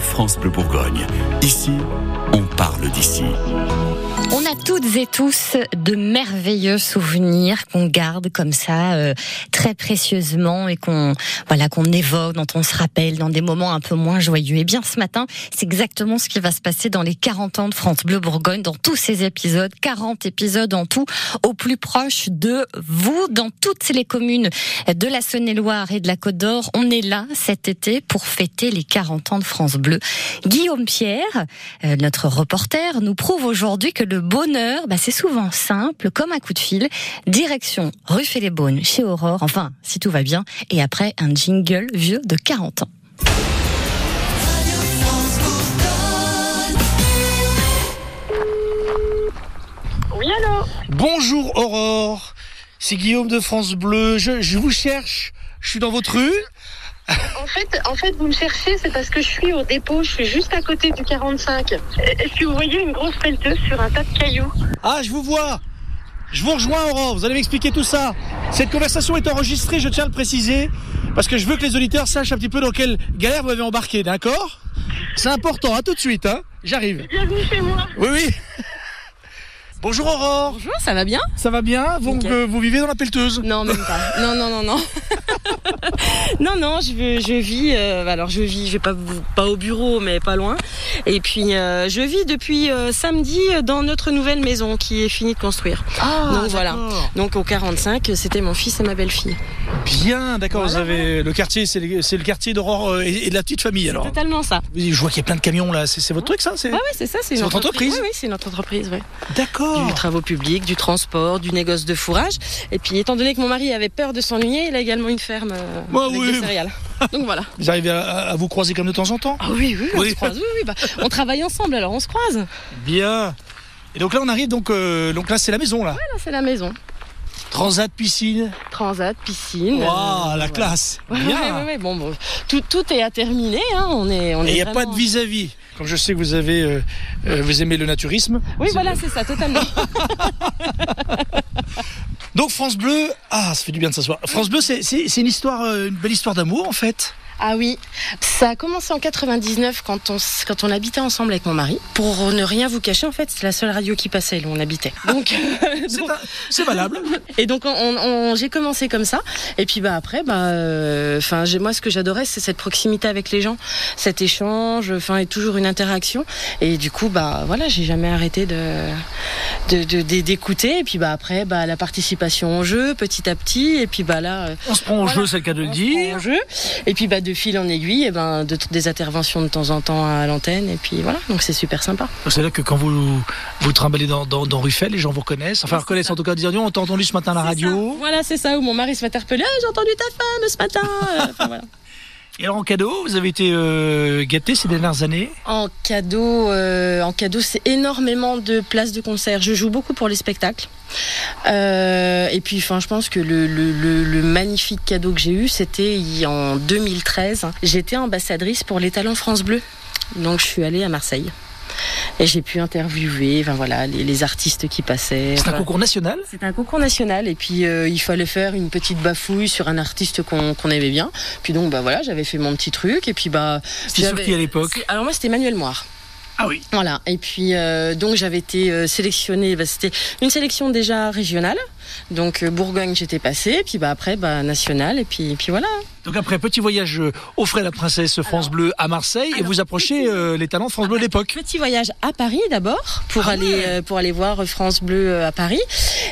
France Bleu Bourgogne. Ici, on parle d'ici. On a toutes et tous de merveilleux souvenirs qu'on garde comme ça euh, très précieusement et qu'on voilà qu'on évoque, dont on se rappelle dans des moments un peu moins joyeux. Et bien ce matin, c'est exactement ce qui va se passer dans les 40 ans de France Bleu Bourgogne, dans tous ces épisodes, 40 épisodes en tout, au plus proche de vous, dans toutes les communes de la Saône-et-Loire et de la Côte d'Or. On est là cet été pour fêter les 40 ans de France Bleu. Guillaume Pierre, euh, notre reporter, nous prouve aujourd'hui que le bonheur, bah, c'est souvent simple, comme un coup de fil. Direction rue Félébonne, chez Aurore, enfin, si tout va bien, et après un jingle vieux de 40 ans. Oui, allô Bonjour Aurore, c'est Guillaume de France Bleu, je, je vous cherche, je suis dans votre rue. En fait, en fait, vous me cherchez, c'est parce que je suis au dépôt, je suis juste à côté du 45. Est-ce que vous voyez une grosse pelleteuse sur un tas de cailloux Ah, je vous vois, je vous rejoins Aurore, vous allez m'expliquer tout ça. Cette conversation est enregistrée, je tiens à le préciser, parce que je veux que les auditeurs sachent un petit peu dans quelle galère vous m'avez embarqué, d'accord C'est important, à tout de suite, hein j'arrive. Bienvenue chez moi Oui, oui. Bonjour Aurore, Bonjour, ça va bien ça va bien vous, Nickel. euh, vous vivez dans la pelleteuse Non, même pas. Non, non, non, non. non, non, je, veux- je vis. euh, alors, je vis, je vais pas, vous- pas au bureau, mais pas loin. Et puis, euh, je vis depuis euh, samedi dans notre nouvelle maison qui est finie de construire. Ah, Donc, voilà. d'accord. Donc, au 45, c'était mon fils et ma belle-fille. Bien, d'accord, vous avez le quartier, c'est le, c'est le quartier d'Aurore euh, et, et de la petite famille alors. Totalement ça. Oui, Je vois qu'il y a plein de camions là, c'est c'est votre truc ça c'est- Ouais, ouais, c'est ça. C'est C'est une votre entreprise Oh. Oui, oui, c'est notre entreprise, ouais. D'accord. Du travaux publics, du transport, du négoce de fourrage. Et puis, étant donné que mon mari avait peur de s'ennuyer, il a également une ferme euh, Ouais, avec Bah oui. des céréales. Donc, voilà. Vous arrivez à, à vous croiser comme de temps en temps Ah oui, oui, on Oui. se croise. Oui, oui, bah, on travaille ensemble, alors on se croise. Là, Bien. Et donc là on arrive donc euh, donc là c'est la maison là. c'est la maison. Transat piscine. Transat, piscine. Waouh, euh, la voilà. classe. Ouais, Bien. ouais, ouais, ouais, bon, bon, tout, tout est à terminer. hein, On est, on Et est il n'y a vraiment- pas de vis-à-vis. Comme je sais que vous avez euh, euh, vous aimez le naturisme. Oui, voilà, c'est ça, totalement. Donc France Bleu, ah, ça fait du bien de s'asseoir. France Bleu c'est c'est- c'est une histoire euh, une belle histoire d'amour en fait. Ah oui, ça a commencé en 99 quand on, s- quand on habitait ensemble avec mon mari. Pour ne rien vous cacher, en fait, c'est la seule radio qui passait là où on habitait. Donc, C'est donc- un- C'est valable. Et donc on, on- j'ai commencé comme ça. Et puis bah après, bah, euh, enfin j'ai- moi ce que j'adorais c'est cette proximité avec les gens, cet échange, enfin et toujours une interaction. Et du coup bah voilà, j'ai jamais arrêté de de- de- de- d'écouter. Et puis bah après bah la participation au jeu petit à petit. Et puis bah là. euh, On se prend au Voilà. jeu, c'est le cas de le on se prend dire. au jeu. Et puis bah de fil en aiguille, et ben de, des interventions de temps en temps à l'antenne. Et puis voilà, donc c'est super sympa. Donc, C'est là que quand vous vous trimballez dans, dans, dans Ruffel, les gens vous reconnaissent. Enfin, Oui, c'est reconnaissent ça. en tout cas, disent on t'a entendu ce matin à la radio. Voilà, c'est ça où mon mari se fait interpeller. Ah, j'ai entendu ta femme ce matin. Euh, enfin, voilà. Et alors en cadeau, vous avez été euh, gâté ces dernières années. En cadeau, euh, en cadeau, c'est énormément de places de concert. Je joue beaucoup pour les spectacles. Euh, et puis, enfin, je pense que le, le- le- le magnifique cadeau que j'ai eu, c'était il- en 2013. J'étais ambassadrice pour les talents France Bleu. Donc, je suis allée à Marseille. Et j'ai pu interviewer, enfin voilà, les, les artistes qui passaient. C'est un Enfin, concours national. c'était un concours national et puis euh, il fallait faire une petite bafouille sur un artiste qu'on qu'on aimait bien. Puis donc bah voilà, j'avais fait mon petit truc et puis bah C'était sur j'avais- qui à l'époque c'est- Alors moi c'était Manuel Moire. Ah oui. Voilà, et puis euh, donc j'avais été euh, sélectionnée, bah, c'était une sélection déjà régionale, donc euh, Bourgogne j'étais passée, puis bah, après bah, nationale, et puis, et puis voilà. Donc après petit voyage euh, au frais la princesse France Bleu à Marseille et alors, Ah, vous approchez euh, les talents de France Bleu de l'époque. Petit voyage à Paris d'abord, pour, Ah aller ouais. euh, pour aller voir France Bleu euh, à Paris,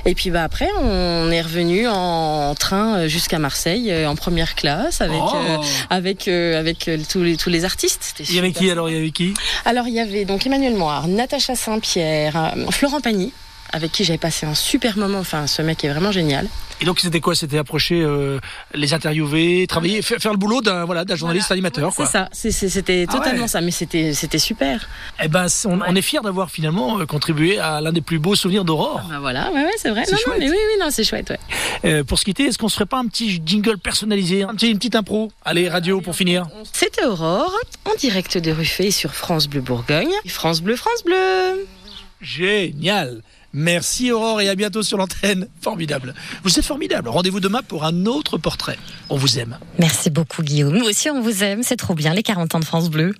et puis bah, après on est revenu en train euh, jusqu'à Marseille, euh, en première classe, avec, Oh. euh, avec, euh, avec euh, tous, les, tous les artistes. C'était Il y avait super. qui alors Il y avait qui Alors il y avait donc Emmanuel Moir, Natacha Saint-Pierre, euh, Florent Pagny, avec qui j'avais passé un super moment. Enfin, ce mec est vraiment génial. Et donc c'était quoi C'était approcher, euh, les interviewer, travailler, fa- faire le boulot d'un voilà d'un journaliste animateur Ah. C'est quoi. ça, c'est- c'est- c'était Ah totalement ouais. ça, mais c'était c'était super. Eh ben c'est- on, on est fier d'avoir finalement euh, contribué à l'un des plus beaux souvenirs d'Aurore. Bah voilà, ouais, ouais, c'est vrai. C'est Non, non, chouette. mais oui, oui, non, c'est chouette, ouais. Euh, pour se quitter, est-ce qu'on se ferait pas un petit jingle personnalisé, un petit, une petite impro Allez radio pour finir. C'était Aurore, en direct de Ruffet sur France Bleu Bourgogne. France Bleu, France Bleu Génial Merci Aurore et à bientôt sur l'antenne. Formidable. Vous êtes formidable. Rendez-vous demain pour un autre portrait. On vous aime. Merci beaucoup Guillaume. Nous aussi on vous aime, c'est trop bien les 40 ans de France Bleu.